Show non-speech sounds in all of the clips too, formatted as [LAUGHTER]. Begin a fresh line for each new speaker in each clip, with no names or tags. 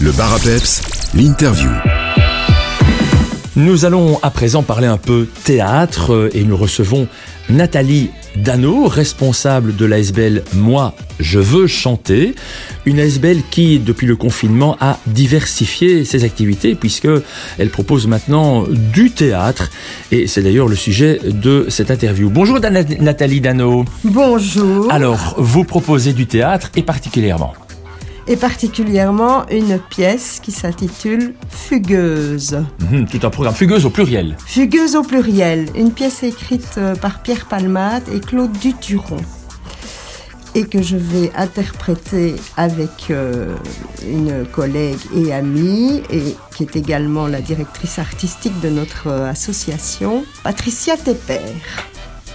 Le Bar à peps, l'interview.
Nous allons à présent parler un peu théâtre euh, et nous recevons Nathalie Dano, responsable de l'ASBL Moi, je veux chanter, une ASBL qui, depuis le confinement, a diversifié ses activités puisque elle propose maintenant du théâtre et c'est d'ailleurs le sujet de cette interview. Bonjour Dan- Nathalie Dano.
Bonjour.
Alors, vous proposez du théâtre et particulièrement
Et particulièrement une pièce qui s'intitule Fugueuse.
Mhm, tout un programme fugueuse au pluriel.
Fugueuse au pluriel, une pièce écrite euh, par Pierre Palmade et Claude Duturon. Et que je vais interpréter avec euh, une collègue et amie, et qui est également la directrice artistique de notre euh, association, Patricia Tepper.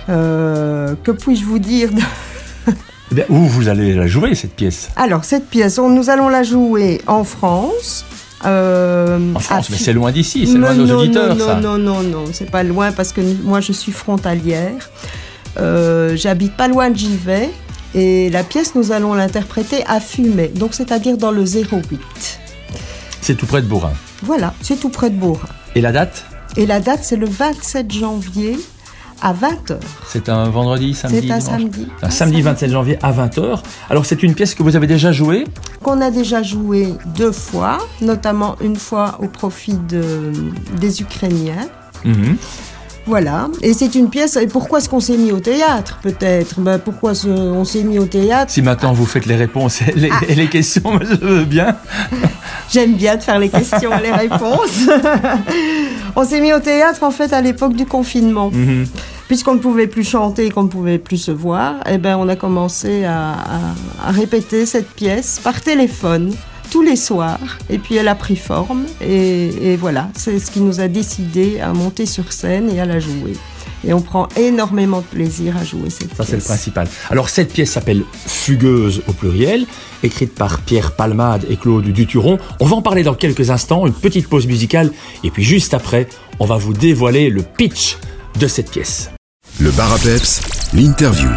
Euh, que puis-je vous dire de-
Eh bien, où vous allez la jouer cette pièce
Alors, cette pièce, on- nous allons la jouer en France. euh,
En
à
France, mais
Fi-
c'est loin d'ici, c'est loin de
Mais
nos
non,
auditeurs,
non,
ça.
Non, non, non, non, c'est pas loin parce que nous- moi, je suis frontalière. Euh, J'habite pas loin de Givet. Et la pièce, nous allons l'interpréter à Fumay, donc c'est-à-dire dans le 08.
C'est tout près de Bourrin.
Voilà, c'est tout près de Bourg.
Et la date
Et la date, c'est le 27 janvier à 20h.
C'est un vendredi, samedi
C'est un
dimanche
samedi.
Un samedi 27 janvier à 20h. Alors, c'est une pièce que vous avez déjà jouée
qu'on a déjà joué deux fois, notamment une fois au profit de- des Ukrainiens. Voilà, et c'est une pièce. Et pourquoi est-ce qu'on s'est mis au théâtre, peut-être ben, Pourquoi se- on s'est mis au théâtre
Si maintenant vous faites les réponses et
Ah.
les, et les questions, je veux bien.
J'aime bien de faire les questions et les réponses. [LAUGHS] on s'est mis au théâtre, en fait, à l'époque du confinement.
Mhm.
Puisqu'on ne pouvait plus chanter et qu'on ne pouvait plus se voir, eh ben, on a commencé à, à- à répéter cette pièce par téléphone tous les soirs. Et puis elle a pris forme. Et, et voilà, c'est ce qui nous a décidé à monter sur scène et à la jouer. Et on prend énormément de plaisir à jouer cette
Ça,
pièce.
c'est le principal. Alors, cette pièce s'appelle Fugueuse au pluriel, écrite par Pierre Palmade et Claude Duturon. On va en parler dans quelques instants, une petite pause musicale. Et puis, juste après, on va vous dévoiler le pitch de cette pièce.
Le Bar à peps, l'interview.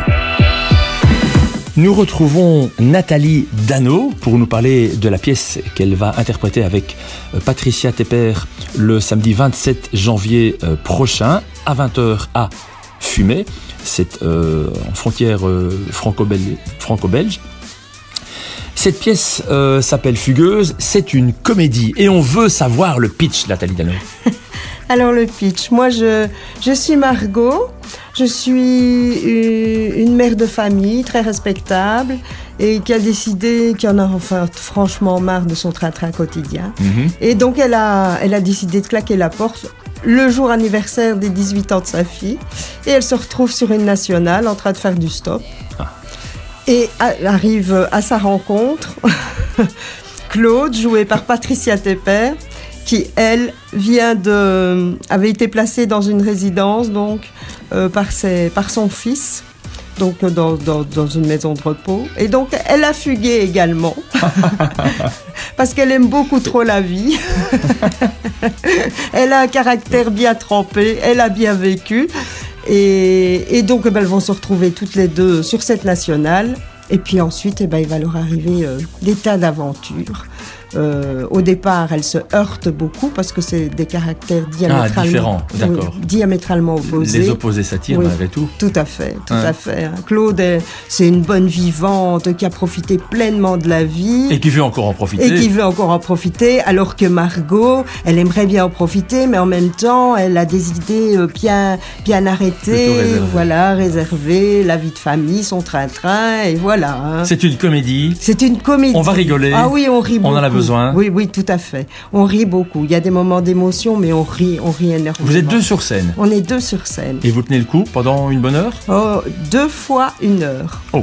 Nous retrouvons Nathalie Dano pour nous parler de la pièce qu'elle va interpréter avec euh, Patricia Tepper le samedi 27 janvier euh, prochain à 20h à Fumay. C'est euh, en frontière euh, franco-bel- franco-belge. Cette pièce euh, s'appelle Fugueuse, c'est une comédie et on veut savoir le pitch, Nathalie Dano.
Alors le pitch, moi je, je suis Margot, je suis u- une mère de famille très respectable et qui a décidé qu'il en a enfin franchement marre de son train-train quotidien.
Mhm.
Et donc elle a, elle a décidé de claquer la porte le jour anniversaire des 18 ans de sa fille. Et elle se retrouve sur une nationale en train de faire du stop. Et a- arrive à sa rencontre [LAUGHS] Claude, joué par Patricia Tepper, qui elle vient de, avait été placée dans une résidence donc euh, par, ses, par son fils. Donc euh, dans, dans, dans une maison de repos. Et donc elle a fugué
[LAUGHS]
également. parce qu'elle aime beaucoup trop la vie. [LAUGHS] elle a un caractère bien trempé, elle a bien vécu. Et, et donc, eh ben, elles vont se retrouver toutes les deux sur cette nationale. Et puis ensuite, eh ben, il va leur arriver euh, des tas d'aventures. Euh, au départ, elles se heurtent beaucoup parce que c'est des caractères diamétralement,
Ah, différents,
oui,
d'accord.
diamétralement opposés.
Les opposés s'attirent
Oui.
malgré tout.
Tout à fait, tout
Ouais.
à fait. hein. Claude, euh, c'est une bonne vivante qui a profité pleinement de la vie.
Et qui veut encore en profiter.
Et qui veut encore en profiter, alors que Margot, elle aimerait bien en profiter, mais en même temps, elle a des idées euh, bien, bien
Plutôt
arrêtées,
réservées.
voilà, réservées, la vie de famille, son train-train, et voilà. hein.
C'est une comédie.
C'est une comédie.
On va rigoler.
Ah oui, on rit
On
beaucoup.
en a besoin.
Oui, oui, tout à fait. On rit beaucoup. Il y a des moments d'émotion, mais on rit, on rit énormément.
Vous êtes deux sur scène.
On est deux sur scène.
Et vous tenez le coup pendant une bonne heure
Oh, deux fois une heure.
Oh.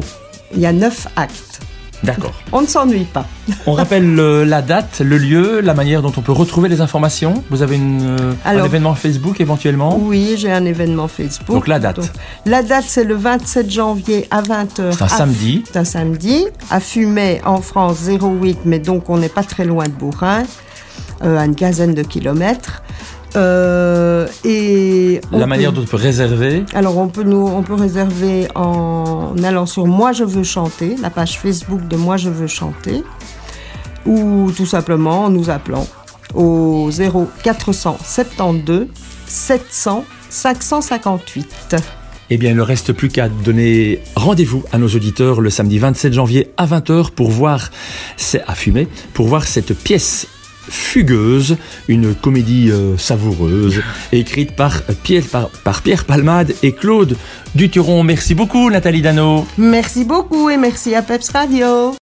Il y a neuf actes.
D'accord.
On ne s'ennuie pas.
On rappelle euh, la date, le lieu, la manière dont on peut retrouver les informations. Vous avez une, euh, un
Alors- euh,
événement Facebook éventuellement
Oui, j'ai un événement Facebook.
Oh. Donc la date.
la date, c'est le 27 janvier à 20h.
C'est un samedi.
C'est un samedi. À Fumay, en France, 08, mais donc on n'est pas très loin de Bourrin, euh, à une quinzaine de kilomètres. Euh, et on
La manière
peut-
dont on peut réserver.
alors on peut nous on peut réserver en allant sur Moi je veux chanter, la page Facebook de Moi je veux chanter. ou tout simplement en nous appelant au 0472 700 558.
Eh bien, il ne reste plus qu'à donner rendez-vous à nos auditeurs le samedi 27 janvier à 20h pour voir, c'est à fumer, pour voir cette pièce fugueuse, une comédie euh, savoureuse, écrite par euh, Pierre, par, par Pierre Palmade et Claude Duturon. Merci beaucoup, Nathalie Dano.
Merci beaucoup et merci à Peps Radio.